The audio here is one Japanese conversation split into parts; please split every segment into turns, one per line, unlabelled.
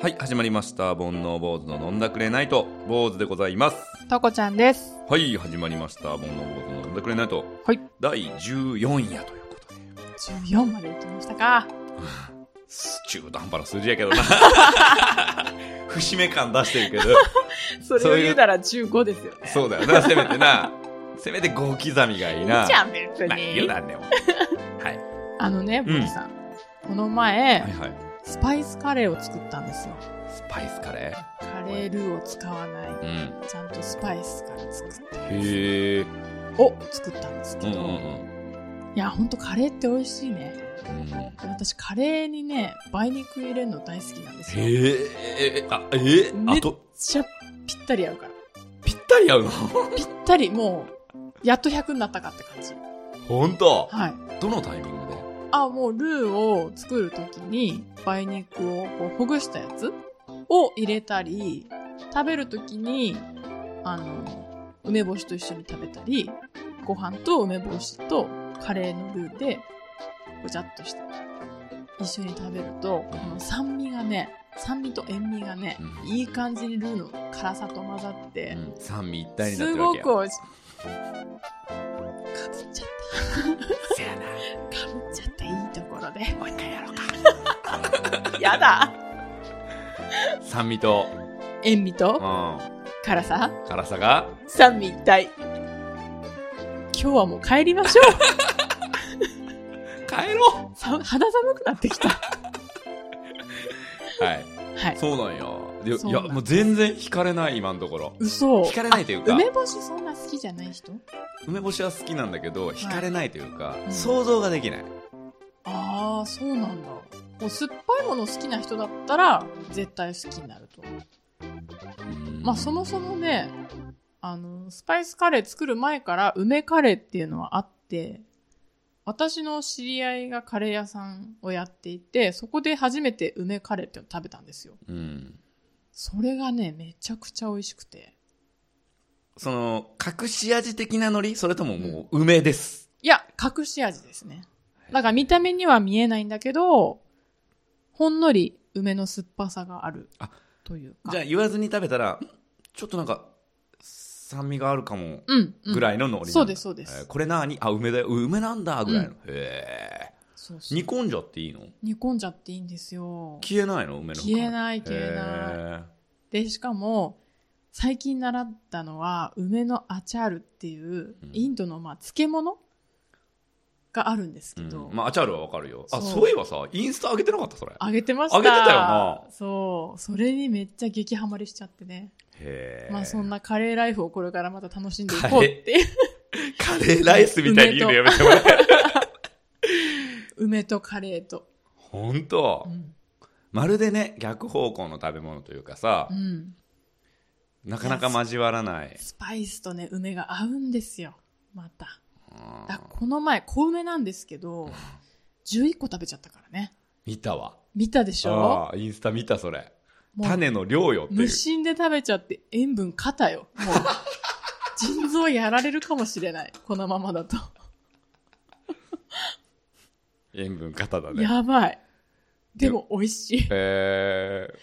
はい始まりました煩悩坊主の飲んだくれナイト坊主でございます
とこちゃんです。
はい始まりました煩悩坊主の飲んだくれナイト
はい
第14夜ということで
14まで行きましたか。
す中途半端な数字やけどな 節目感出してるけど
それを言うなら15ですよね。
そうだよなせめてなせめて5刻みがいいな
じゃん、別
まあ言う
に。
なねもうはい
あのね、
う
ボ
ん
ンさん。この
はい
前、
はい
スパイスカレーを作ったんですよ。
スパイスカレ
カレールーを使わない、
ーうん
ちゃんとスパイスから作ったやつ
へえ
を作ったんです
う
け
んう
ど、い
ん
や、ほんとカレーって美味しいね。
うんうん
私、カレーにね、梅肉入れるの大好きなんですよ。めっ
へえあえー、あと
ちゃぴったり合うから。
ぴったり合うの
ぴったり、もう、やっと100になったかって感じ。
本当
はい。
どのタイミングで
あ、もうルーを作るときに、梅肉をこうほぐしたやつを入れたり、食べるときに、あの、梅干しと一緒に食べたり、ご飯と梅干しとカレーのルーで、ごちゃっとして、一緒に食べると、この酸味がね、酸味と塩味がね、
うん
いい感じにルーの辛さと混ざって、
うん三位一体になっ
す
てるわ
ご
け
く
や
美味しい。かぶっちゃっ
せやな
た、かぶっちゃったいいところで。
もう一回やろうか
やだ
酸味と、
塩味
う
と
ん、
辛さ
辛さが
三味一体今日はもう帰りましょう
帰ろ
さ肌寒くなってきた
うはい
はい
そうなんやで
そう
い
な
や
ん
もう全然惹かれない今のところ
嘘
惹かれないというか
梅干しそんな好きじゃない人
梅干しは好きなんだけど惹かれないというか、
うん
想像ができない
ああそうなんだもう酸っぱいもの好きな人だったら絶対好きになるとまあそもそもねあのスパイスカレー作る前から梅カレーっていうのはあって私の知り合いがカレー屋さんをやっていてそこで初めて梅カレーっていうのを食べたんですよ
うん
それがね、めちゃくちゃ美味しくて。
その隠し味的なノリそれとももう梅です、
いや、隠し味ですね。だから見た目には見えないんだけど、ほんのり梅の酸っぱさがある
あ。
というか。
じゃあ言わずに食べたらんちょっとなんか酸味があるかも
うん、うん。
ぐ
い。
らいのノリなんだ、
そうですそうです
えーこれなにあ梅だよ梅なんだぐらいの、
うん
へえ
そうそう
煮込んじゃっていいの
煮込んじゃっていいんですよ。
消えないの梅の
消えないい、消えない。で、しかも、最近習ったのは、梅のアチャールっていう
うん、
インドの、まあ、漬物があるんですけど、
うん、まあアチャールはわかるよあ
そう
そういえばさインスタ上げてなかったそれへ
あげてました。
あげてたよな
そう。それにめっちゃ激ハマりしちゃってね。
え
まあ そんなカレーライフをこれからまた楽しんでいこうっていう。
カレーライスみたいに言うのやめてもらえ
梅とカレーと。
ほんと
うん。
まるでね逆方向の食べ物というかさ
う、ん。
なかなか交わらない
スパイスとね、梅が合うんですよ。また。
うん
だこの前、小梅なんですけど、11個食べちゃったからね。
見たわ
見たでしょ
あーインスタ見たそれ
もう
種の量よってい
無
う
心で食べちゃって塩分肩よ。もう。腎臓やられるかもしれない。このままだと。
塩分型だね
やばい。でも美味しい。
へえ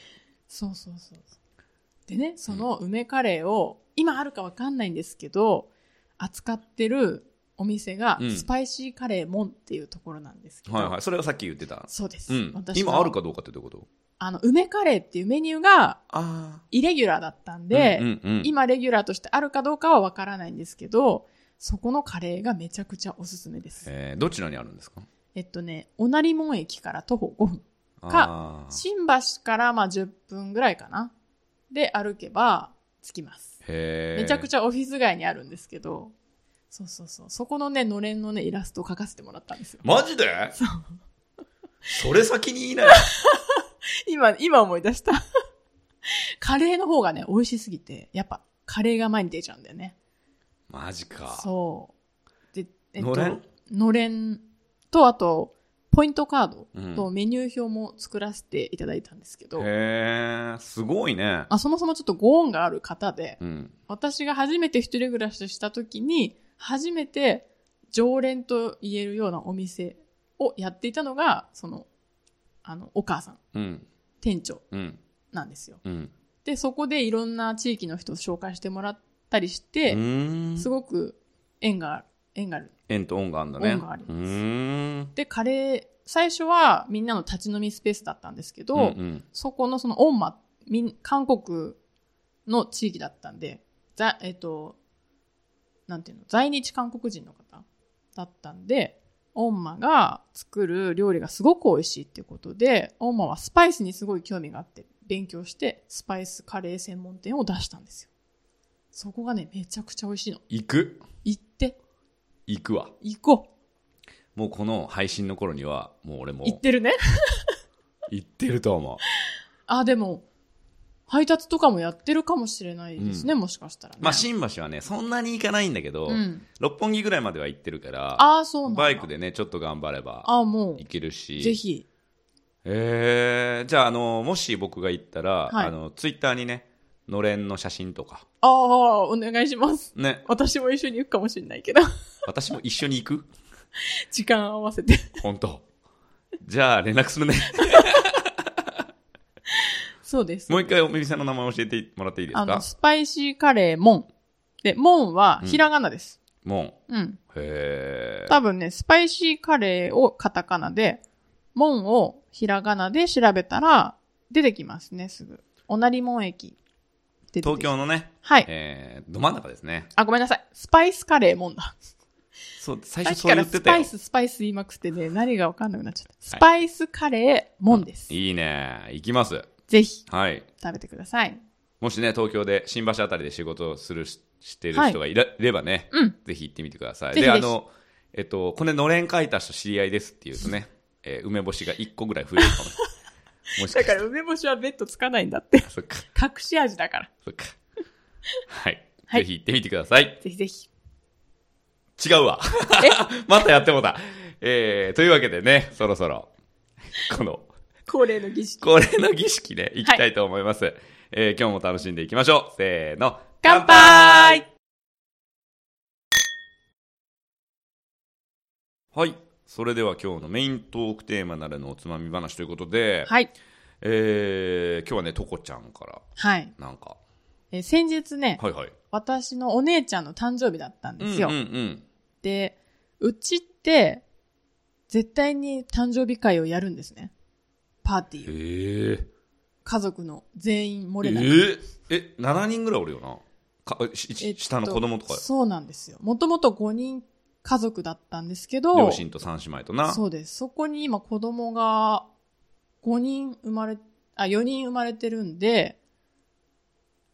そうそうそうそう。でね、その梅カレーを、今あるかわかんないんですけど、扱ってるお店が
うん、
スパイシーカレーモンっていうところなんですけど。
はいはいそれはさっき言ってた
そうです。
うん
私は
今あるかどうかってどういうこと
あの、梅カレーっていうメニューが
ああ
イレギュラーだったんで、
うんうんうん、
今レギュラーとしてあるかどうかはわからないんですけど、そこのカレーがめちゃくちゃおすすめです。
えーどちらにあるんですか
えっとね、おなり門駅から徒歩5分。
か
新橋からまあ10分ぐらいかな。で歩けば着きます。
へ
めちゃく
ち
ちゃオフィス街にあるんですけど、そうそうそう。そこのね、のれんのね、イラストを描かせてもらったんですよ。
マジで
そう
それ先に言い なよ
今、今思い出した。カレーの方がね、美味しすぎて、やっぱ、カレーが前に出ちゃうんだよね。
マジか
そう。で、
のれん
のれんと、あと、ポイントカード
うん
とメニュー表も作らせていただいたんですけど、
へえすごいね
あそもそもちょっとご恩がある方で、
うん
私が初めて一人暮らしした時に、初めて常連と言えるようなお店をやっていたのが、その、あの、お母さん、
うん
店長
うん
なんですよ。
うん。
で、そこでいろんな地域の人を紹介してもらったりし
う
て、
ーん。
すごく縁がある。縁がある。
縁と音があるんだね。
音があります
うーん。
で、カレー、最初はみんなの立ち飲みスペースだったんですけど、
うんうん
そこのそのオンマ、みん韓国の地域だったんで、ざえっ、と、なんていうの、在日韓国人の方だったんで、オンマが作る料理がすごく美味しいっていうことで、オンマはスパイスにすごい興味があって、勉強して、スパイスカレー専門店を出したんですよ。そこがね、めちゃくちゃ美味しいの。
行く
行って、
行くわ。
行こ
もうこの配信の頃には、もう俺も
う。行ってるね。
行ってると思う。
あ、でも、配達とかもやってるかもしれないですね、もしかしたら、ね。
まあ、新橋はね、そんなに行かないんだけど、
うん。
六本木ぐらいまでは行ってるから、
ああ、そうなんだ
バイクでね、ちょっと頑張れば
ああ、も
行けるし。
う、ぜ。ひ。
えー、じゃあ、あの、もし僕が行ったら、
はい
あの、ツイッターにね、のれんの写真とか、
ああ、お願いします。
ね、
私も一緒に行くかもしれないけど。
私も一緒に行く
時間合わせて。
本当じゃあ、連絡す るね。
そうです。
もう一回お店の名前教えてもらっていいです
あの、
か
スパイシーカレーモン。で、モンは
うん
ひらがなです。
も
うん。
う。へー
多分ね、スパイシーカレーをカタカナで、モンをひらがなで調べたら、出てきますね、すぐ。おなりもん駅。出てき
東京のね、
はい。
えー、ど真ん中ですね。
あ、ごめんなさい。スパイスカレーモンだ。
そう、最
さっ
初
き
そ
か
う言
ら
って
ス
た
パ
よ
イ。ス、スパイス言いまくってね、何がわかんなくなっちゃった。スパイスカレーモンです。
いいね。行きます。
ぜひ、
はい。
食べてください。
もしね、東京で、新橋あたりで仕事をするし、してる人がいら、いればね、
うん。
ぜひ行ってみてください。
ぜひ
で、
ぜ
あ
ひ
の、えっと、これのれん書いた人知り合いですっていうとね、えー梅干しが1個ぐらい増える かもね。もしか
だ
した
から
ら。
梅干しはベッドつかないんだって。
そっか、
隠し味だから。
そっ か。はい。
は
ぜ
い
ひ行ってみてください。
ぜひぜひ。
違うわ。 またやってもだ。えー、というわけでね、そろそろ、この、
恒例の儀式。
恒例の儀式で行きたいと思います。えー今日も楽しんでいきましょう。せーの。
乾杯
はい。それでは今日のメイントークテーマなるのおつまみ話ということで、
はい。
えー今日はね、とこちゃんから、
はい。
なんか、
えー先日ね、
はいはい。
私のお姉ちゃんの誕生日だったんですよ。
うんうん
で、うちって、絶対に誕生日会をやるんですね。パーティ
うん。
ー。
へえ。
家族の全員漏
え
れなく。
ー、え、7人ぐらいおるよな。かし
えっ
し
と
下の子供とか、
そうなんですよ。もともと5人家族だったんですけど、
両親と3姉妹とな。
そうです。そこに今子供が5人生まれ、あ、4人生まれてるんで、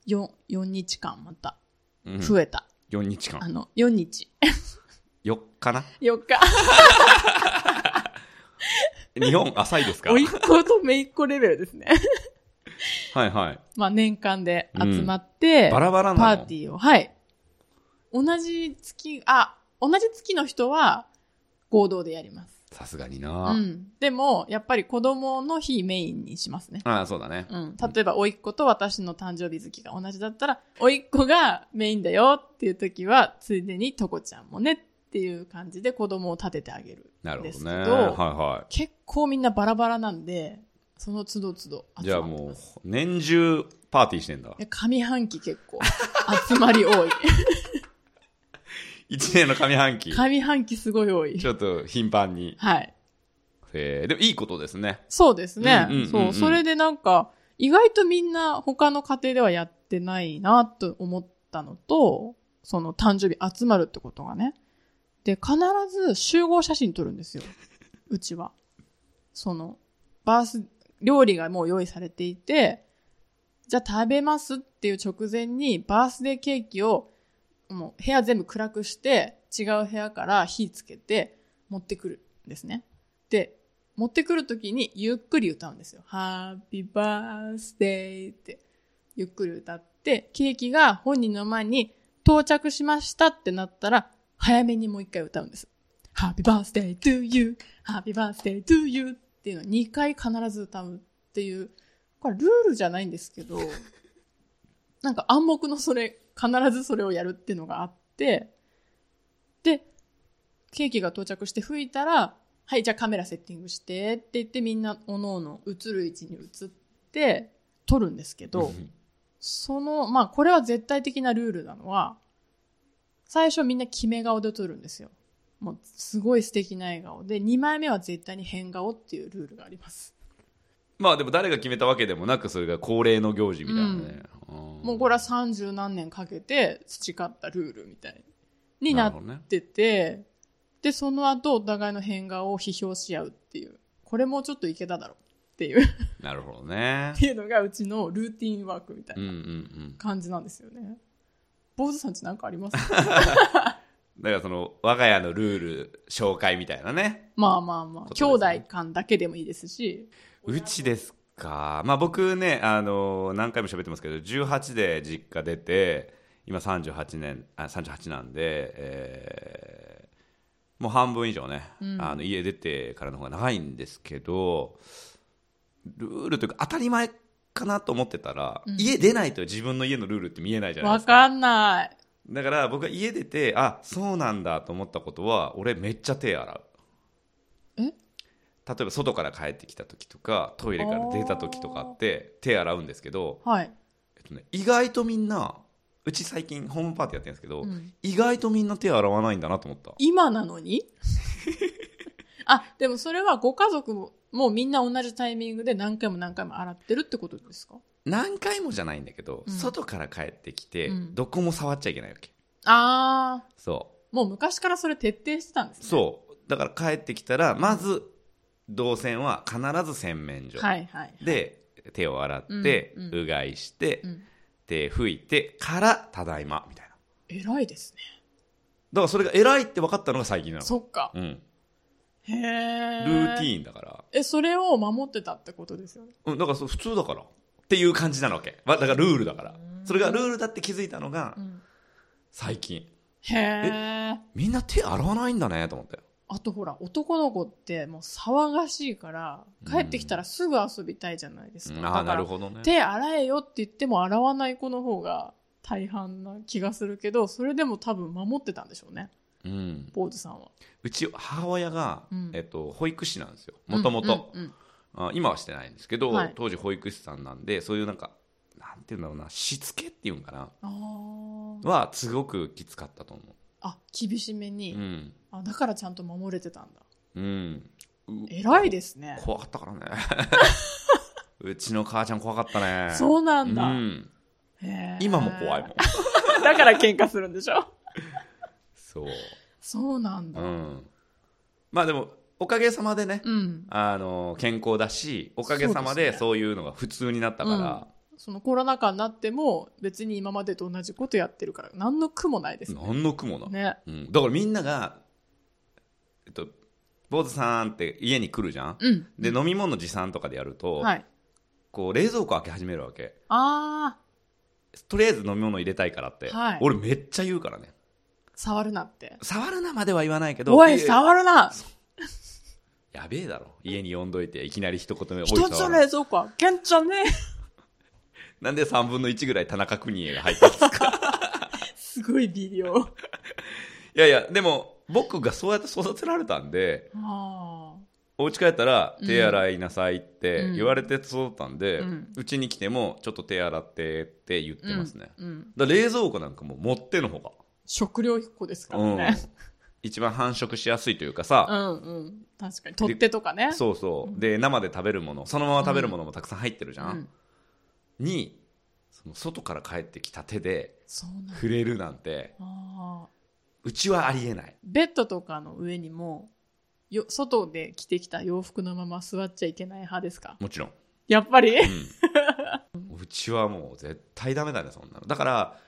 4、4日間また
うん、
増えた。
4日
あ
間。
の、4日。
4日な。
4日。
日本浅いですか
おいっ子とめいっ子レベルですね。
はいはい。
まあ年間で集まって、
バラバラな
パ
の
ーティーを。はい。同じ月、あ、同じ月の人は合同でやります。
さすがに
う
な。
ん。でも、やっぱり子供の日メインにしますね。
ああ、そうだね。
うん、例えば、甥いっ子と私の誕生日月が同じだったら、甥いっ子がメインだよっていう時は、ついでにとこちゃんもねっていう感じで子供を立ててあげる。
なるほ
です
ど
け
ね。
ど
はいは
結構みんなバラバラなんで、その都度都度
い。
集
じゃあ
まって
も
ま
う
す。、
年中パーティーしてんだ
い。や上半期結構集まり多い。
一年の上半期。
上半期すごい多い
ち。ょっと頻繁に。
はい。
えー、でもいいことですね。
そうですね。
うんうんうんうん
そう。それでなんか、意外とみんな他の家庭ではやってないなと思ったのと、その誕生日集まるってことがね。で、必ず集合写真撮るんですよ。 うちは。その、バース、料理がもう用意されていて、じゃあ食べますっていう直前にバースデーケーキをもう部屋全部暗くして違う部屋から火つけて持ってくるんですね。で、持ってくるときにゆっくり歌うんですよ。Happy Birthday ってゆっくり歌って、ケーキが本人の前に到着しましたってなったら、早めにもう一回歌うんです。Happy Birthday to you!Happy Birthday to you! っていうのを2回必ず歌うっていう、これルールじゃないんですけ ど、なんか暗黙のそれ、必ずそれをやるっていうのがあって、で、ケーキが到着して吹いたら、はい、じゃあカメラセッティングしてって言ってみんなおのおの映る位置に映って、取るんですけど、その、まあこれは絶対的なルールなのは、最初みんな決め顔で撮るんですよ。もうすごい素敵な笑顔で、2枚目は絶対に変顔っていうルールがあります。
まあでも誰が決めたわけでもなく、それが恒例の行事みたいなね。
もうこれは30何年かけて培ったルールみたいになっ
るほどね。
てて、で、その後お互いの変顔を批評し合うっていう、これもうちょっといけただろっていう、っ
なるほどね。
ていうのがうちのルーティンワークみたい
うんうんう。
なん感じなんですよね。坊主さんちなんかあります
だからその、我が家のルール紹介みたいなね。
まあまあまあ、兄弟間だけでもいいですし、
うちですか。まあ僕ね、あの何回も喋ってますけど、18で実家出て、今38年、あ、38なんで、えーもう半分以上ね、あの家出てからの方が長いんですけど、ルールというか当たり前かなと思ってたら、家出ないと自分の家のルールって見えないじゃない
わ
ですか。
かんない。
だから僕が家出て、あ、そうなんだと思ったことは、俺めっちゃ手洗う。
え
例えば外から帰ってきた時とかトイレから出た時とかって手洗うんですけど、
はい。
えっとね、意外とみんなうち最近ホームパーティーやってるんですけど、
うん
意外とみんな手洗わないんだなと思った
今なのに あ、でもそれはご家族も、もうみんな同じタイミングで何回も何回も洗ってるってことですか
何回もじゃないんだけど、
うん
外から帰ってきて、
うん
どこも触っちゃいけないわけ
ああ、
そ
もう昔からそれ徹底してたんです
う
ね。
そうだから帰ってきたらまず動線は必ず洗面所、
はいはい。
で手を洗って、
う
うん
うん
がいして、
うん。
手拭いてからただいまみたいな
偉いですね。
だからそれが偉いって分かったのが最近なの
そっか。
うん
へえ。
ルーテ
ン。
ィーンだから、
え、それを守ってたってことですよね。
うん、だからそう普通だからっていう感じなわけわだからルールだからそれがルールだって気づいたのが
うん。
最近
へえ。
みんな手洗わないんだねと思って
あとほら、男の子ってもう騒がしいから、帰ってきたらすぐ遊びたいじゃないですか。だ
ああ
から
なるほどね
手洗えよって言っても洗わない子の方が大半な気がするけどそれでも多分守ってたんでしょうね
うん、
坊主さんは
うち母親が、
うん
えっと、保育士なんですよもともと
うんうんうん
今はしてないんですけど、
はい
当時保育士さんなんでそういうなんかなんていうんだろうなしつけっていうんかな
あー
はすごくきつかったと思
あ厳しめ
う
に、
うん
あだからちゃんと守れてたんだ
うんう
偉いですね
怖かったからね うちの母ちゃん怖かったね
そうなんだ、
うん、
へー
今も怖いもん
だから喧嘩するんでしょ
そう、
そうなん
う
だ
ん、まあでもおかげさまでね、
うん
あの健康だしおかげさま
そうで
です
ね
そういうのが普通になったから、
そのコロナ禍になっても別に今までと同じことやってるから何の苦もないですね
何の苦もない、
ね
うん、だからみんなが「えっと、坊主さん」って家に来るじゃん、
うん
で飲み物持参とかでやると、
はい
こう冷蔵庫開け始めるわけ
ああ
とりあえず飲み物入れたいからって、
はい
俺めっちゃ言うからね
触るなって
触るなまでは言わないけど
おい
え
触るな
やべえだろ家に呼んどいていきなり一言目おい
一つ
触
の
るな
冷蔵庫はけんちゃんね
なんで3分の1ぐらい田中邦衛が入った んですか
すごい微 量。
いやいやでも僕がそうやって育てられたんで
あ
お家帰ったら
うん
手洗いなさいって
うん
言われて育ったんで
うん
うち、に来てもちょっと手洗ってって言って
あ。
ますね、
うん。うん
だから冷蔵庫なんかもう持ってのほか、
食料庫ですから
うん
ね。、
一番繁殖しやすいというか
う
さ、
ん、うん。確かに。取っ手とかね。
そうそう、
うん
で生で食べるものそのまま食べるものもたくさん入ってるじ
う
ゃん、
ん。
にその外から帰ってきた手で
そうなんだ。
触れるなんて
ああ。
うちはありえない
ベッドとかの上にも、よ、外で着てきた洋服のまま座っちゃいけない派ですか
もちろん
やっぱり
うん、うちはもう絶対ダメだねそんなのだから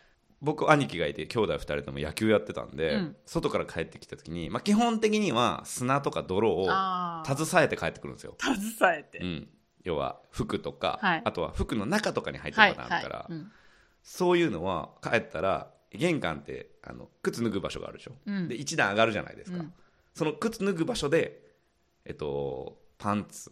僕兄貴がいて兄弟2人とも野球やってたんで、
うん
外から帰ってきた時に、まあ、基本的には砂とか泥を
ああ。
携えて帰ってくるんですよ、
携え
う
て。
ん、要は服とか、
はい
あとは服の中とかに入って
は
る
い、
パターンあ
は
るから、
い。うん
そういうのは帰ったら玄関ってあの靴脱ぐ場所があるでしょ、
うん
で1段上がるじゃないですか、
うん
その靴脱ぐ場所でえっとパンツ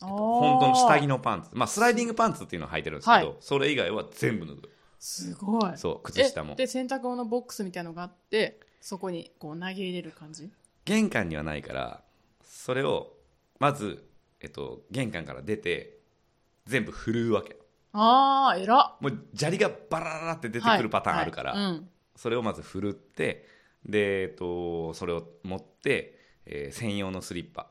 あー
本当の下着のパンツ、まあ、スライディングパンツっていうのを履いてるんですけど、
はい
それ以外は全部脱ぐ
すごい。
そう靴
え
下も
で、洗濯物ボックスみたいのがあって、そこにこう投げ入れる感じ
玄関にはないからそれをまず、えっと、玄関から出て全部振るうわけ
あー、偉っ。
もう砂利がバラバラって出てくるパターンあるから、
はいはいうん
それをまず振るってで、えっと、それを持って、えー専用のスリッパ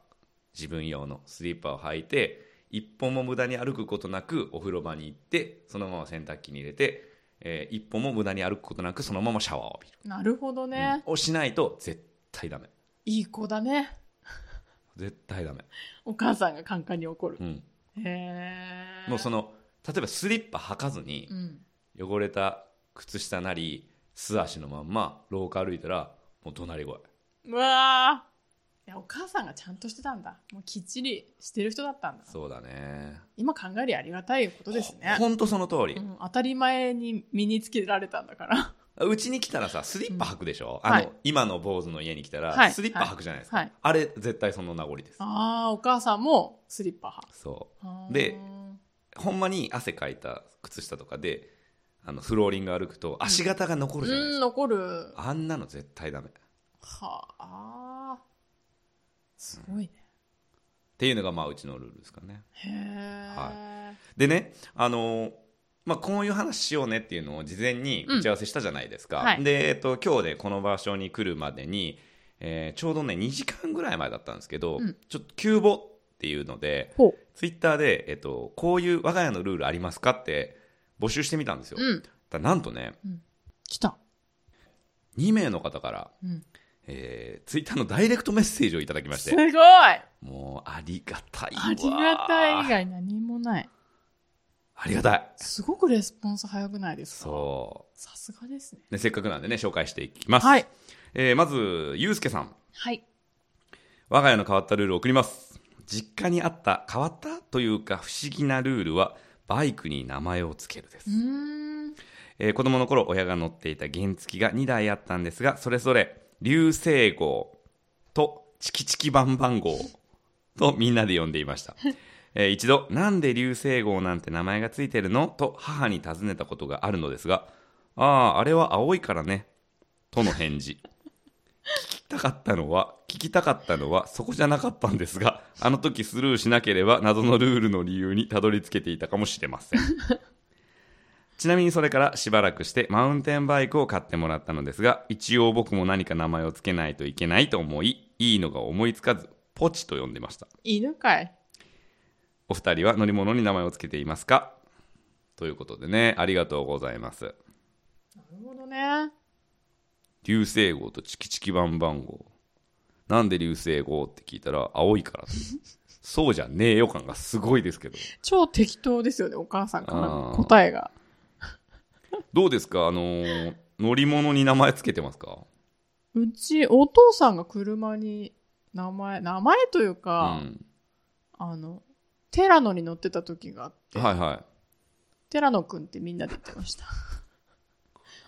自分用のスリッパを履いて一歩も無駄に歩くことなくお風呂場に行ってそのまま洗濯機に入れて、えー一歩も無駄に歩くことなくそのままシャワーを浴びる、
なるほどね、
うんをしないと絶対ダメ
いい子だね。
絶対ダメ、
お母さんがカンカンに怒る
う。ん、
へえ。
もうその例えばスリッパ履かずに、
うん。
汚れた靴下なり素足のまんま廊下歩いたらもう怒鳴り声
うわー。いや、お母さんがちゃんとしてたんだ。もうきっちりしてる人だったんだ。
そうだね
今考えりゃありがたいことですね
ほ。ほんとその通り
う、ん、当たり前に身につけられたんだから。
うちに来たらさスリッパ履くでしょ、
うん
あの、
はい
今の坊主の家に来たら、
はい
スリッパ履くじゃないですか、
はい
あれ絶対その名残です
ああ、お母さんもスリッパ
そ
派。
で
うん
うほんまに汗かいた靴下とかであのフローリング歩くと足型が残るじゃないで
う
す
ん、
か、
残る。は
あんなの絶対ダメっ
あ。すごいね。
ていうのがまあうちのルールですかね
へえ。
でね、あのまあ、こういう話しようねっていうのを事前に打ち合わせしたじゃないですか、
うんはい
で、えっと、今日でこの場所に来るまでに、えーちょうどね2時間ぐらい前だったんですけど、
うん
ちょっと急募っていうので
ほ
ツイッターで、えっと、こういう我が家のルールありますかって募集してみたんですよ、
う。うん。
だなんとね
来た。
2名の方から、
うん。
えーツイッターのダイレクトメッセージをいただきますし
ご
て
い
もうありがたいわ
ありがたい以外何もない。
ありがたい
すごくレスポンス早くないですか
そう
さすがですね。
ね、せっかくなんでね、紹介していきます。
はい
えーまず、ゆうすけさん。
はい。
我が家の変わったルールを送ります。実家にあった変わったというか不思議なルールは、バイクに名前をつけるです
う。ーん。
えー子供の頃、親が乗っていた原付が2台あったんですが、それぞれ、流星号とチキチキバンバン号とみんなで呼んでいました。えー一度、なんで流星号なんて名前がついてるのと母に尋ねたことがあるのですが、ああ、あれは青いからね、との返事。聞きたかったのは、聞きたかったのはそこじゃなかったんですが、あの時スルーしなければ謎のルールの理由にたどり着けていたかもしれません。ちなみにそれからしばらくしてマウンテンバイクを買ってもらったのですが、一応僕も何か名前をつけないといけないと思い、いいのが思いつかず、ポチと呼んでました。
犬かい。
お二人は乗り物に名前をつけていますかということでね、ありがとうございます。
なるほどね。
流星号とチキチキバンバン号。なんで流星号って聞いたら、青いからと。そうじゃねえよ感がすごいですけど。
超適当ですよね、お母さんから
あ
の
ー
答えが。
どうですかあのー乗り物に名前つけてますか
うち、お父さんが車に名前、名前という
う
か、
ん。
あの、テラノに乗ってた時があって、
はいはい。
テラノくんってみんなで言ってました。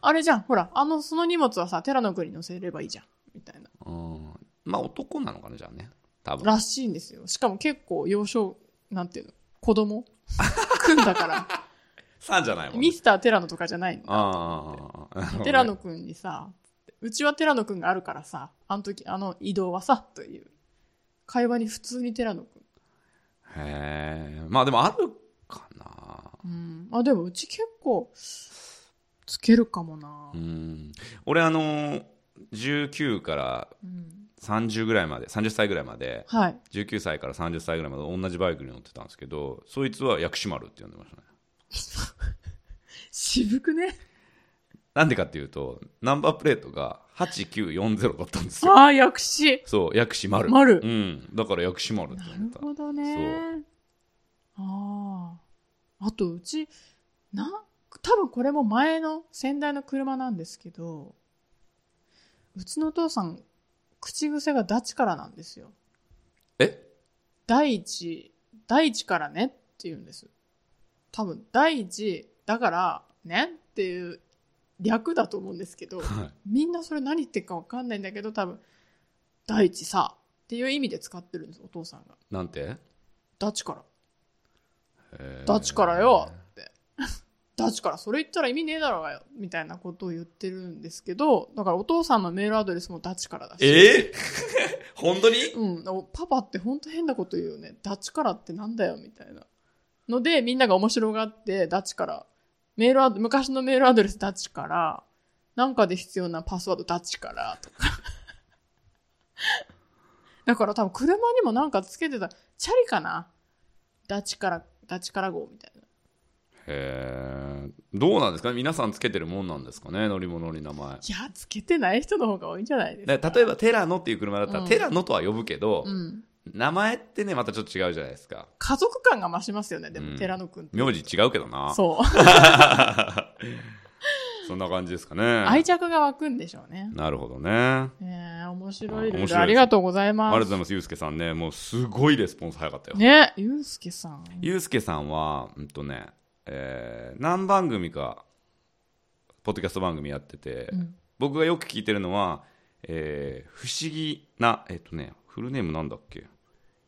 あれじゃん、ほら、あの、その荷物はさ、テラノくんに乗せればいいじゃん、みたいな。
うんまあ男なのかなじゃあね多分
らしいんですよ。しかも結構、幼少、なんていうの、子供くんだから、
さんじゃないもん、
ミスターテラノとかじゃないの。
ああああああ
テラノくんにさ、うちはテラノくんがあるからさ、あの時、あの移動はさ、という。会話に普通にテラノくん。
へえまあでもあるかな
うん。あ、でもうち結構、つけるかもな
う。ん俺あのー19から
うん。
30ぐらいまで30歳ぐらいまで
はい。
19歳から30歳ぐらいまで同じバイクに乗ってたんですけどそいつは薬師丸って呼んでましたね
渋くね。
なんでかっていうとナンバープレートが8940だったんですよ
ああ、薬師。
そう薬師丸
丸
うんだから薬師丸って
な
呼ん
る
でた
ほどね。ああ。あと、うち、な、多分これも前の先代の車なんですけど、うちのお父さん、口癖がダチからなんですよ。
え
第一、第一からねって言うんです。多分、第一、だから、ねっていう略だと思うんですけど、
はい
みんなそれ何言ってるかわかんないんだけど、多分、第一さ、っていう意味で使ってるんです、お父さんが。
なんて
ダチから。
へー
ダチからよって。 ダチからそれ言ったら意味ねえだろうがよ。みたいなことを言ってるんですけど、だからお父さんのメールアドレスもダチからだし。
ええ 本当に
うん。パパってほんと変なこと言うよね。ダチからってなんだよみたいな。ので、みんなが面白がって、ダチから、メールアド、昔のメールアドレスダチから、なんかで必要なパスワードダチから、とか。 だから多分車にもなんかつけてた、チャリかなダチから、ダチから号みたいな。
へえどうなんですか皆さんつけてるもんなんですかね乗り物に名前
いや、つけてない人の方が多いんじゃないですか。
だから例えばテラノっていう車だったら、
うん
テラノとは呼ぶけど、
うん。
名前ってねまたちょっと違うじゃないですか
家族感が増しますよね、で
う
も、
ん
寺野くんって。
名字違うけどな
そう。
そんな感じですか
愛
ね
着が湧くんでしょうね。
なるほどねあ
えー、面白いル
面白いで
ー
す
ル。ありがとうござい
り
ます。
がとうございますゆうすけさんねもうすごいレスポンス早かったよ、
ね、ゆうすけさん。
ゆうすけさんはうんとね、えー何番組かポッドキャスト番組やってて、
うん
僕がよく聞いてるのは、えー不思議なえっ、とねフルネームなんだっけ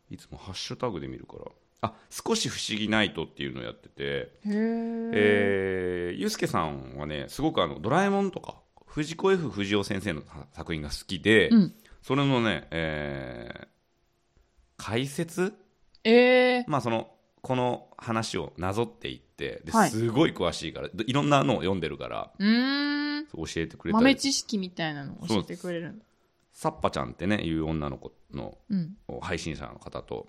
いつもハッシュタグで見るからあ少し不思議ナイトっていうのをやってて
へー
えーゆうすけさんはねすごくあの「ドラえもん」とか藤子 F 不二雄先生の作作品が好きで、
うん
それのね、えー解説
えー、
まあそのこの話をなぞっていってで
はい
すごい詳しいから、でいろんなのを読んでるから
うーん。
そう教えてくれた
豆
り
知識みたいなのを教えてくれるんだ。
サッパちゃんってねいう女の子の
うん。
配信者の方と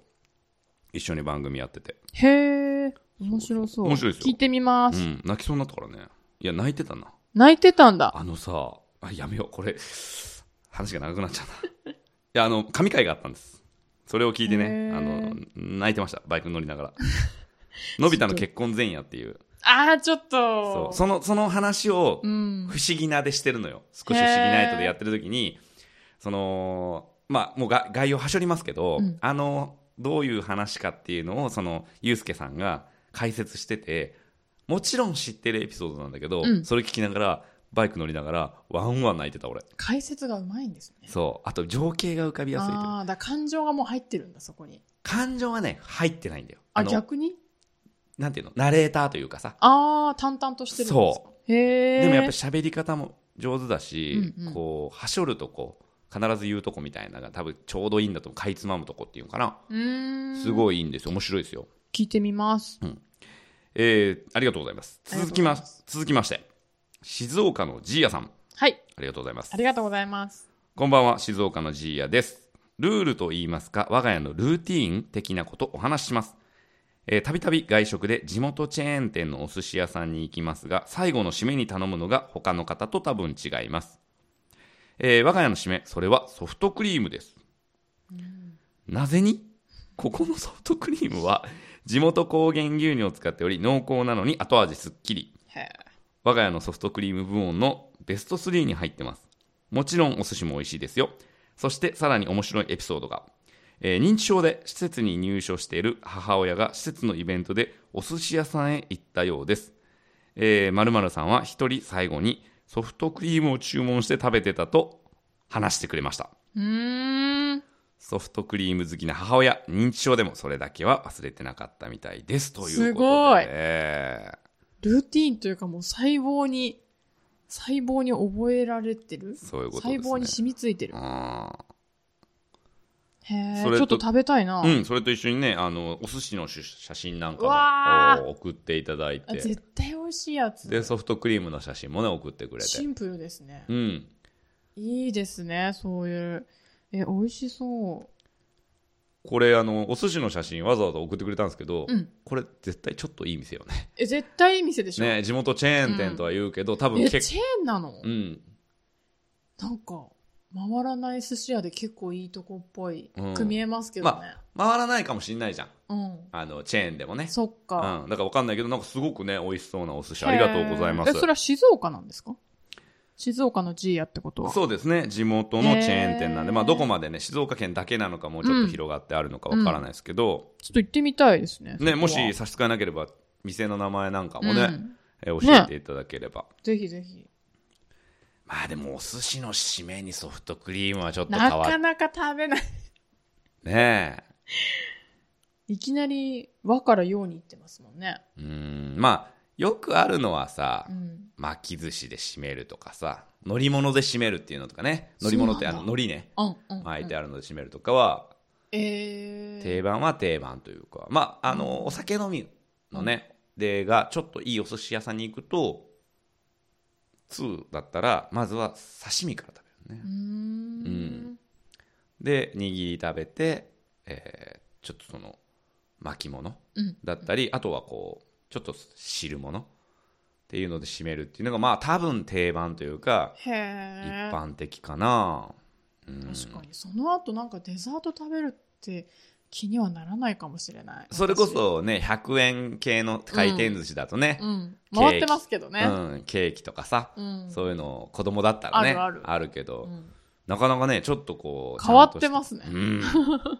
一緒に番組やってて、
へえ、面白そう。
面白いですよ
聞いてみま
う
す。
ん、泣きそうになったからねいや泣いてたな
泣いてたんだ。
あのさ、あやめよう、これ、話が長くなっちゃうな。いや、あの、神回があったんです。それを聞いて
へ
ね、
ー
あの、泣いてました、バイク乗りながら。 のび太の結婚前夜っていう、
あー、ちょっ
そ
と。
うその、その話を、
う
不
ん。
思議なでしてるのよ。少し不思議ナイトでやってる時に、その、まあ、もうが概要はしょりますけど、
うん
あの、どういう話かっていうのを、その、ゆうすけさんが解説してて、もちろん知ってるエピソードなんだけど、
うん
それ聞きながら、バイク乗りながら、ワンワン泣いてた、俺。
解説がうまいんですね。
そう。あと情景が浮かびやすいという。
ああ、だから感情がもう入ってるんだ、そこに。
感情はね、入ってないんだよ。
あ、
の
逆に
なんていうのナレーターというかさ。
ああ、淡々としてるんですか
そ
へえ。
でもやっぱ喋り方も上手だし、
うんうん
こう、はしょるとこ、必ず言うとこみたいなのが多分ちょうどいいんだと思う。かいつまむとこっていうのかな。
うーん。
す
い。
ごいいいんですよ。面白いですよ。
聞いてみます。
えー、ありがとうございます。
ありが
続き
とうござい
ま
ます
す。続きまして、静岡のジーヤさん。
はい。
ありがとうございます
あ。りがとうございます。
こんばんは、静岡のジーヤです。ルールと言いますか、我が家のルーティーン的なことお話しします。えーたびたび外食で地元チェーン店のお寿司屋さんに行きますが、最後の締めに頼むのが他の方と多分違います。えー我が家の締め、それはソフトクリームです。なぜにここのソフトクリームは地元高原牛乳を使っており濃厚なのに後味すっきり。
へえ。
我が家のソフトクリーム部門のベスト3に入ってます。もちろんお寿司も美味しいですよ。そしてさらに面白いエピソードが。えー認知症で施設に入所している母親が施設のイベントでお寿司屋さんへ行ったようです。えー、〇〇さんは一人最後にソフトクリームを注文して食べてたと話してくれました。
うーん。
ソフトクリーム好きな母親、認知症でもそれだけは忘れてなかったみたいです。ということで。
すごい
えー
ルーティーンというかもう細胞に、細胞に覚えられてる
そういうことですね
細胞に染みついてる。
うん
へえ、
それ
ちょ
と
っと食べたいな。
うん、それと一緒にね、あの、お寿司のし写真なん
う
か
わー
もお送っていただい
あ
て、
絶対美味しいやつ。
で、ソフトクリームの写真もね、送ってくれ
シ
て。
ンプルですね
う。ん。
いいですね、そういう。え、美味しそう。
これ、あの、お寿司の写真わざわざ送ってくれたんですけど、
うん
これ絶対ちょっといい店よね。
え、絶対いい店でしょ。
ね、地元チェーン店とは言うけど、多分
え、
結
チェーンなの
構、うん。
なんか、回らない寿司屋で結構いいとこっぽい
うん。
く見えますけどね。
回らないかもしんないじゃん。
うん。
あの、チェーンでもね。
そっ
う
か。
ん。だからわかんないけど、なんかすごくね、美味しそうなお寿司ありがとうございま
へーえ、
す
そ。れは静岡なんですか静岡のジーヤってことは。
そうですね地元のチェーン店なんで、
へー
まあ、どこまでね静岡県だけなのかもうちょっと広がってあるのかわからないですけど、
ちょっと行ってみたいですね。そこ
ね、
は
もし、差し支えなければ店の名前なんかもね、
うん
えー教えていただければ、
ぜひぜひ。
まあでもお寿司の締めにソフトクリームはちょっと変
な
わ
か
っ
なか食べない。
ね
いきなり和から洋に行ってますもんね。
えうんまあよくあるのはさ、
うん。
巻き寿司で締めるとかさ乗り物で締めるっていうのとかね乗り物って
そ
あ
うなんだ
の海苔ね
うん、うん。
巻いてあるので締めるとかは、
えー。
定番は定番というかまああのお酒飲みのね、でがちょっといいお寿司屋さんに行くと2だったらまずは刺身から食べるね
うーん。
で握り食べて、えーちょっとその巻物
うん。
だったりあとはこうちょっと汁物っていうので締めるっていうのがまあ多分定番というか
へ
一
え。
般的かな、うん
確かに。その後なんかデザート食べるって気にはならないかもしれない。
それこそね100円系の回転寿司だとね
私。、うん。回ってますけど
う
ね。
んケーキとかさ、
うん。
そういうの子供だったらね
あるある
けど、
うん
なかなかねちょっとこう
変わってますね
ちゃんとした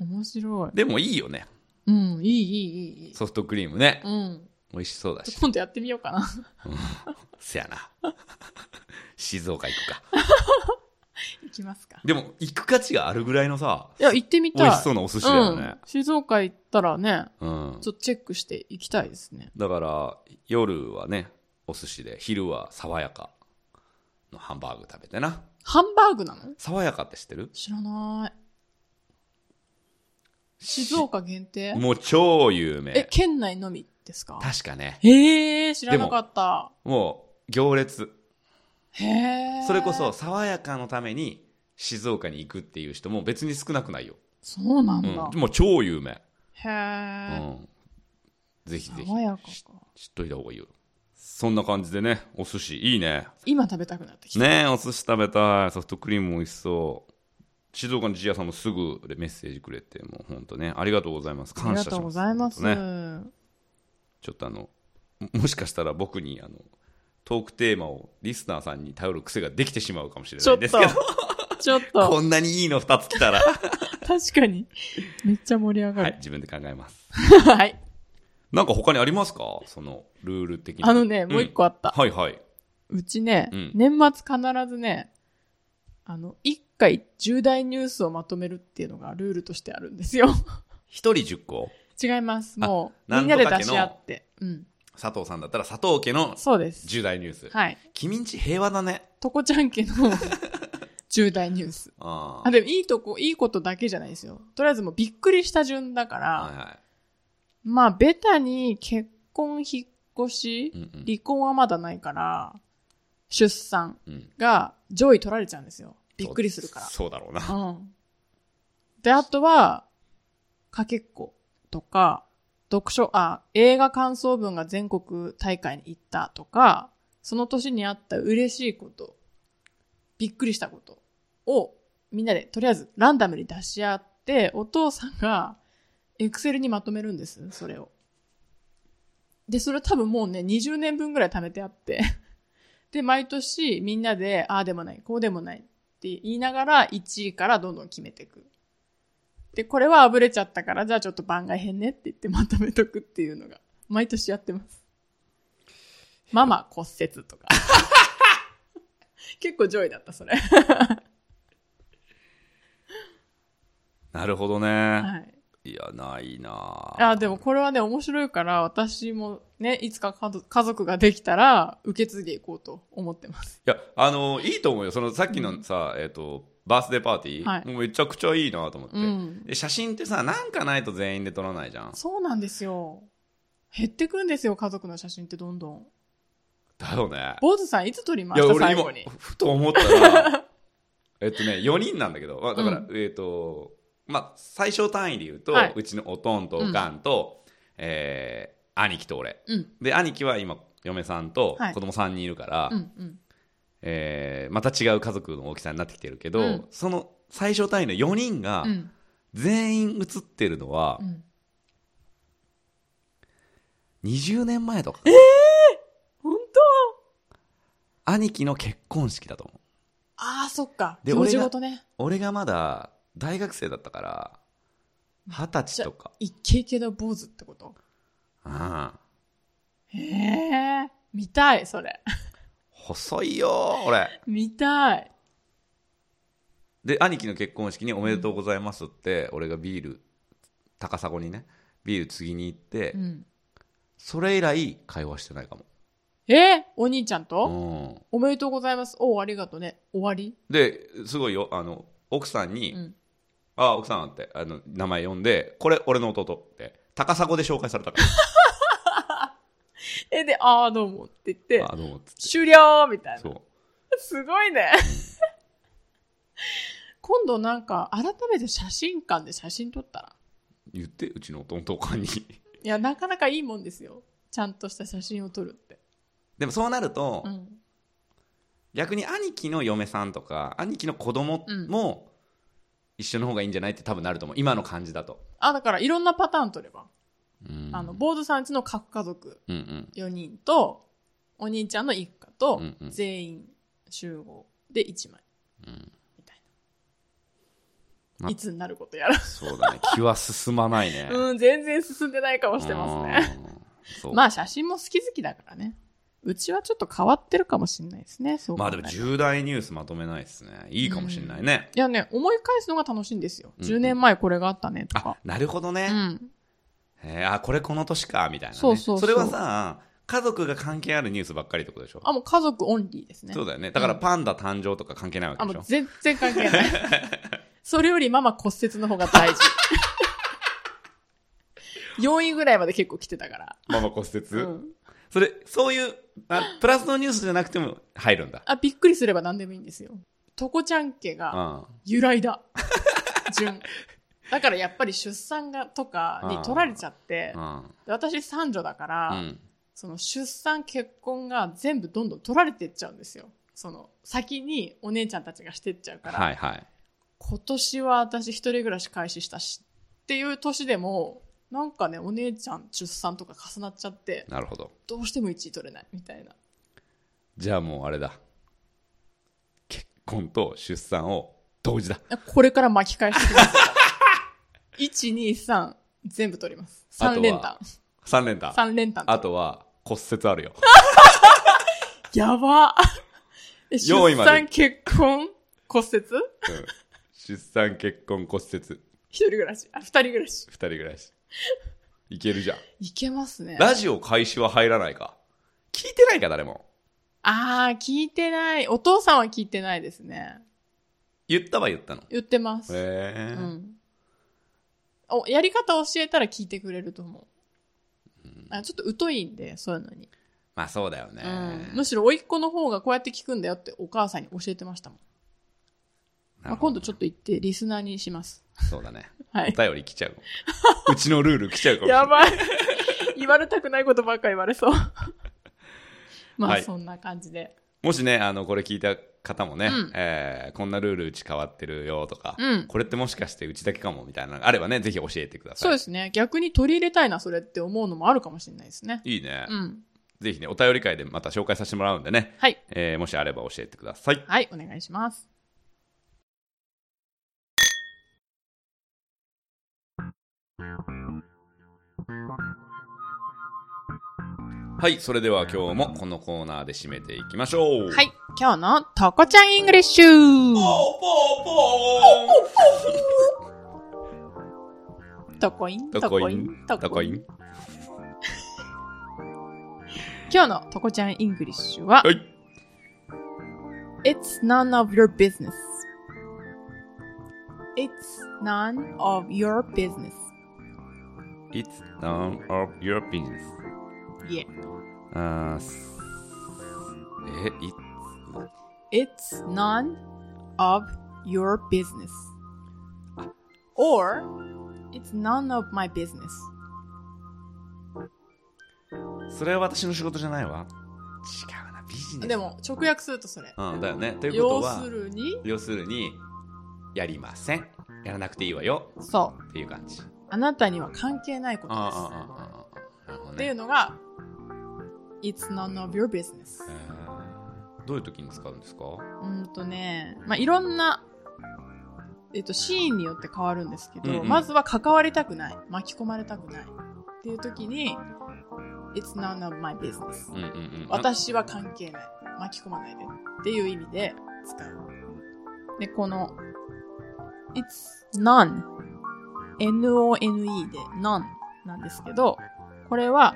うん
面白い。
でもいいよ ね
うん。いい、いい、いい、いい。
ソフトクリームね、
うん。
美味しそうだし
今度やってみようかな。
せやな 静岡行くか
行きますか。
でも行く価値があるぐらいのさ
いや、行ってみ
美
たい。
味しそうなお寿司だよね
うん、静岡行ったらね、
うん、
ちょっとチェックして行きたいですね。
だから夜はねお寿司で昼は爽やかのハンバーグ食べてな
ハンバーグなの
爽やかって知ってる
知らない。静岡限定
もう超有
え、
名
県内のみですか
確かね
へえ、知らなかった。
もう行列
へえ。
それこそ。爽やかのために静岡に行くっていう人も別に少なくないよ、
そうなん
う
だ。
ん、もう超有名、う
へえ。
ん、ぜひぜひ
爽やかか。
知っといた方がいいよそんな感じでねお寿司いいね
今食べたくなってきた。
ねえお寿司食べたいソフトクリームも美味しそう静岡のじいやさんもすぐメッセージくれてもうほんとねありがとうございます
あり
感謝しま
が
す
とうございます。
ほんとね、ちょっとあのももしかしたら僕にあのトークテーマをリスナーさんに頼る癖ができてしまうかもしれ
ち
な
ょ
い
っ
で
と
すけど、
ちょっと、
こんなにいいの2つ来たら
確かに。めっちゃ盛り上が
はい、
る。
自分で考えます。
はい。
なんか他にありますかそのルール的に。
あのね、もう一個あった
うん。。はいはい。
うちね、
うん
年末必ずね、あの、一回重大ニュースをまとめるっていうのがルールとしてあるんですよ。
一人10個
違います。もう、
あ
みんなで
なんとか家の
出し合って。うん。
佐藤さんだったら佐藤家の
そうです。
重大ニュース。
はい。
君んち平和だね。
とこちゃん 家の重大ニュース。
あ
あ、でもいいとこ、いいことだけじゃないですよ。とりあえずもうびっくりした順だから、
あ。はいは
まあ、ベタに結婚、引っ越し
い。う、んうん。
離婚はまだないから、出産
うん
が上位取られちゃうんですよ。びっくりするから。
そうだろうな。
うん。で、あとは、かけっことか、読書、あ、映画感想文が全国大会に行ったとか、その年にあった嬉しいこと、びっくりしたことをみんなでとりあえずランダムに出し合って、お父さんがエクセルにまとめるんです、それを。で、それ多分もうね、20年分ぐらい貯めてあって。 で、毎年みんなで、ああでもない、こうでもないって言いながら1位からどんどん決めていく。で、これはあぶれちゃったから、じゃあちょっと番外編ねって言ってまとめとくっていうのが、毎年やってます。ママ骨折とか。 結構上位だった、それ。
なるほどね。
はい。
い、や、ないな
あ、でもこれはね、面白いから、私もね、いつか家族家族ができたら、受け継いでいこうと思ってます。
いや、あの、いいと思うよ。そのさっきのさ、えっと、バースデーパーティー。
はい
もうめちゃくちゃいいなと思って。
うん
で写真ってさ、なんかないと全員で撮らないじゃん。
そうなんですよ。減ってくんですよ、家族の写真ってどんどん。
だよね。
坊主さんいつ撮りま
いや、
した
俺
最
今
後に。、
ふと思った ら、えっとね、4人なんだけど、まあだから、
う
えっと、まあ、最小単位で言うと、
はいう
ちのおとんとおかんと、えー兄貴と俺。
うん。
で、兄貴は今、嫁さんと
はい
子供3人いるから、
うん。うん。
えーまた違う家族の大きさになってきてるけど、
うん
その最小単位の4人が
う、ん。
全員写ってるのは
う、ん。
20年前とか、
本当
兄貴の結婚式だと思う。
ああ、そっか。
で
行
俺
事
が
ごとね。
俺がまだ大学生だったから、二十歳とか。
イケイケの坊主ってこと
うん。
へえ。見たい、それ。
細いよー俺
見たい。
で兄貴の結婚式に「おめでとうございます」って俺がビール高砂にねビール継ぎに行って、
うん。
それ以来会話してないかも
えーお兄ちゃんと、
うん
おめでとうございます。おうありがとうね。終わり
ですごいよあの奥さんに「
うん
ああ奥さん」ってあの名前呼んで「これ俺の弟」って高砂で紹介されたか
え、で、あーどうもって言って
ら。、あ、どうもっつって。
終了みたい
そ
な。
う。
すごいね。 今度なんか、改めて写真館で写真撮ったら。
言って、うちの弟か に。
いや、なかなかいいもんですよ。ちゃんとした写真を撮るって。
でもそうなると、
うん。
逆に兄貴の嫁さんとか、兄貴の子供も、一緒の方がいいんじゃないって多分なると思う。今の感じだと。
あ、だからいろんなパターン撮れば。
うん
あの、坊主さんちの各家族
うんうん。
4人と、お兄ちゃんの一家と
うんう、ん
全員集合で1枚。
うん
みたい
ま
な。いつになることやら。
そうだね。気は進まないね。
うん、全然進んでない顔してますね。
うん。そう
まあ写真も好き好きだからね。うちはちょっと変わってるかもしれないですね。そう考
ま
え
あ
る
で
と
も重大ニュースまとめないですね。いいかもしれないね。
いやね、思い返すのが楽しいんですよ。
うん
10年前これがあったねと
あ
か。、
なるほど
う
ね。
ん。
えーあ、これこの年か、みたいな、ね。
そうそうそう
れはさ、家族が関係あるニュースばっかりってことでしょ。
あ、もう家族オンリーですね。
そうだよね。だからパンダ誕生とか関係ないわ
あ、
け
も
でし
う
ょ。
全然関 係ない。それよりママ骨折の方が大事。4位ぐらいまで結構来てたから。
ママ骨折、
うん。
それ、そういうあ、プラスのニュースじゃなくても入るんだ。
あ、びっくりすれば何でもいいんですよ。とこちゃん家
う
が
ん。
由来だ。順。だからやっぱり出産がとかに取られちゃって
う、ん。
で私三女だから、
うん。
その出産結婚が全部どんどん取られてっちゃうんですよその先にお姉ちゃんたちがしてっちゃうから、
はいはい。
今年は私一人暮らし開始したしっていう年でもなんかねお姉ちゃん出産とか重なっちゃって
なるほど。
どうしても1位取れないみたいな
じゃあもうあれだ。結婚と出産を同時だ。
これから巻き返してきま すよ123全部取ります
あとは
3連単
3連単。
3連単
あとは骨折あ るよ。
やばえ出
4位まで
産結婚骨折
うん出産、結婚、骨折、
一人暮らしあ二人暮らし
二人暮らし。いけるじゃん。
いけます ね
ラジオ開始は入らないか。聞いてないか、誰も。
あー、聞いてない。お父さんは聞いてないですね。
言ったは言ったの。
言ってま
へ
す。
え
う、ん。お、やり方教えたら聞いてくれると思う。あちょっと疎いんで、そういうのに。
まあそうだよね。
うん、むしろ、甥っ子の方がこうやって聞くんだよってお母さんに教えてましたもん。まあ、今度ちょ
っ
っと行って、リスナーにします。
と。そうだね。
はい。
お便り来 ちゃう。うちのルール来ちゃうかもしれない。
やばい。言われたくないことばっかり言われそう。まあ、
はい
そんな感じで。
もしね、あの、これ聞いた方もね、
うん
えーこんなルールうち変わってるよとか、
うん
これってもしかしてうちだけかもみたいなのがあればね、ぜひ教えてください。
そうですね。逆に取り入れたいな、それって思うのもあるかもしれないですね。
いいね、
うん。
ぜひね、お便り会でまた紹介させてもらうんでね、
はい。
えーもしあれば教えてください。
はい、お願いします。
はい、それでは今日もこのコーナーで締めていきましょう。
はい。今日のとこちゃんイングリッシ
ポー
ュ
ポー
とこいん、
ポー
と
と
こ
こ
い
い
ん、
ん、
と
と
こ
こ
い
い
ん
ん。。
今日のとこちゃんイングリッシュは、
はい。
It's none of your business. It's none of your business.
It's none of your business.
Yeah.
あーすえ、い
It's none of your business. Or, it's none of my business.
それは私の仕事じゃないわ。違うな、ビジネス。
でも、直訳するとそれ。
うん、だよね。ということ
要
は
す、るに、
要するに、やりません。やらなくていいわよ。
そ
っていう感じ。
う。あなたには関係ないことです。
ああ、ああ、ああ。なるほど
ってい
ね。
うのが、It's none of your business。
えーどういう時に使うんですか
うんとね、まあ、いろんな、えっと、シーンによって変わるんですけど、
うんうん
まずは関わりたくない、巻き込まれたくないっていう時に、It's none of my business
うん。うんうん。
私は関係ない。巻き込まないでっていう意味で使う。で、この、It's none。N-O-N-E で none なんですけど、これは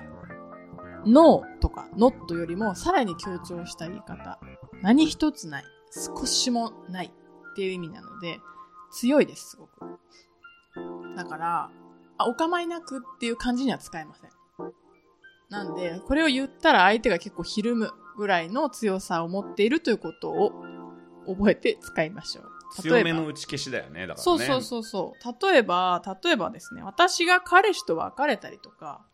No とか Not よりもさらに強調した言い方。何一つない。少しもないっていう意味なので、強いです、すごく。だから、あ、お構いなくっていう感じには使えません。なんで、これを言ったら相手が結構ひるむぐらいの強さを持っているということを覚えて使いましょう。
強めの打ち消しだよねだからね
そうそうそうそう。例えば、例えばですね、私が彼氏と別れたりとか、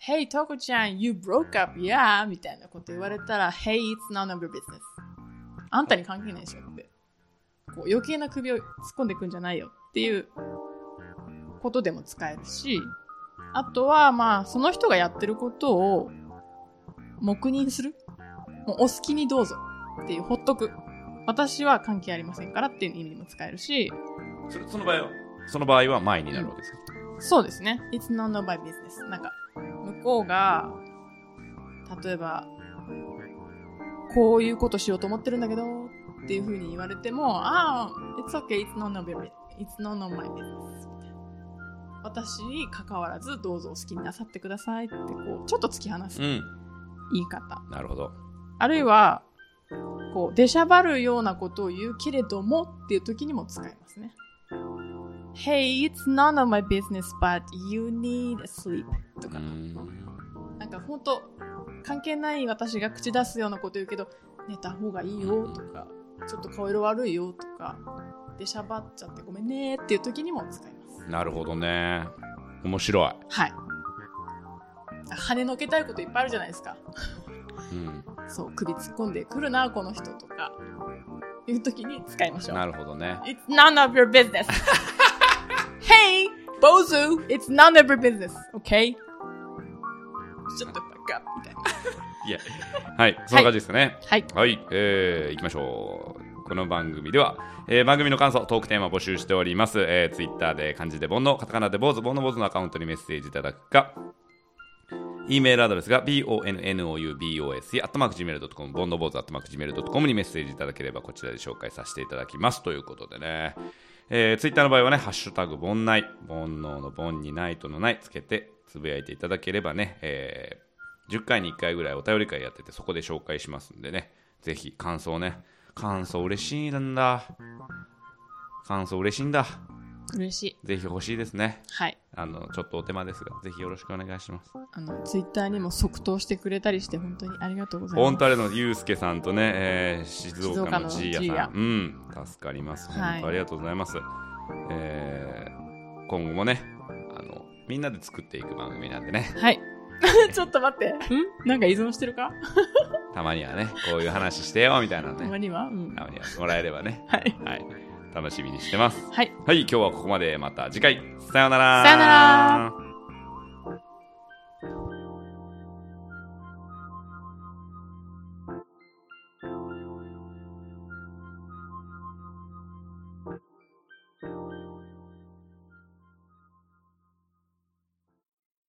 Hey, トコちゃん、you broke up, yeah! みたいなこと言われたら、Hey, it's none of your business. あんたに関係ないでしょって。こう余計な首を突っ込んでくんじゃないよっていうことでも使えるし、あとは、まあ、その人がやってることを黙認する。もうお好きにどうぞっていう、ほっとく。私は関係ありませんからっていう意味でも使えるし、
それその場合はその場合は前になるわけですか、
そうですね。It's none of my business. なんか、向こうが、例えば、こういうことしようと思ってるんだけど、っていう風に言われても、ああ、It's okay, it's none of your business. It's none of my business. みたいな私に関わらず、どうぞお好きになさってくださいって、こう、ちょっと突き放す
うん
言い方。
なるほど
あるいは、こう、出しゃばるようなことを言うけれどもっていう時にも使えますね。Hey, it's none of my business, but you need sleep. と
う
か、
ん
なんか本当関係ない私が口出すようなこと言うけど、寝た方がいいよとか、ちょっと顔色悪いよとか、出しゃばっちゃってごめんねっていう時にも使えます。
なるほどね面白い、
はい。跳ねのけたいこといっぱいあるじゃないですか。
うん、
そう、首突っ込んでくるな、この人とか、いう時に使いましょう。
なるほどね
It's none of your business. hey, Bozu, it's none of your business, okay? Shut the fuck up, みたいな。
いやはいそんな感じですかね
はい。
はい、えー、いきましょう。この番組では、えー番組の感想、トークテーマ募集しております。えー、Twitter で漢字で煩悩、カタカナで坊主、煩悩坊主のアカウントにメッセージいただくか、E メールアドレスが bonoubose、アットマーク gmail.com、ボンドボーズ、アットマーク gmail.com にメッセージいただければ、こちらで紹介させていただきます。ということでね、えー、ツイッターの場合はね、ハッシュタグ、盆内、煩悩の盆にナイトのない、つけて、つぶやいていただければね、えー10回に1回ぐらいお便り会やってて、そこで紹介しますんでね、ぜひ感想ね、感想嬉しいんだ。感想嬉しいんだ。
嬉しい。
ぜひ欲しいですね。
はい。
あの、ちょっとお手間ですが、ぜひよろしくお願いします。
あの、ツイッターにも即答してくれたりして、本当にありがとうございます。
本当あれのゆうすけさんとね、えー静
静
岡
岡
の
の
じいやさん、うん、助かります。
は
本
い
当ありがとうございます。えー今後もね、あの、みんなで作っていく番組なんでね、
はい。 ちょっと待って。んなんか依存してるか
たまにはね、こういう話してよみたい なの
たま
ね、
にはうん。
たまにはもらえればね、
はい。
はい、楽しみにしてます。
はい。
はい、今日はここまで、また次回、さようなら。
さようなら。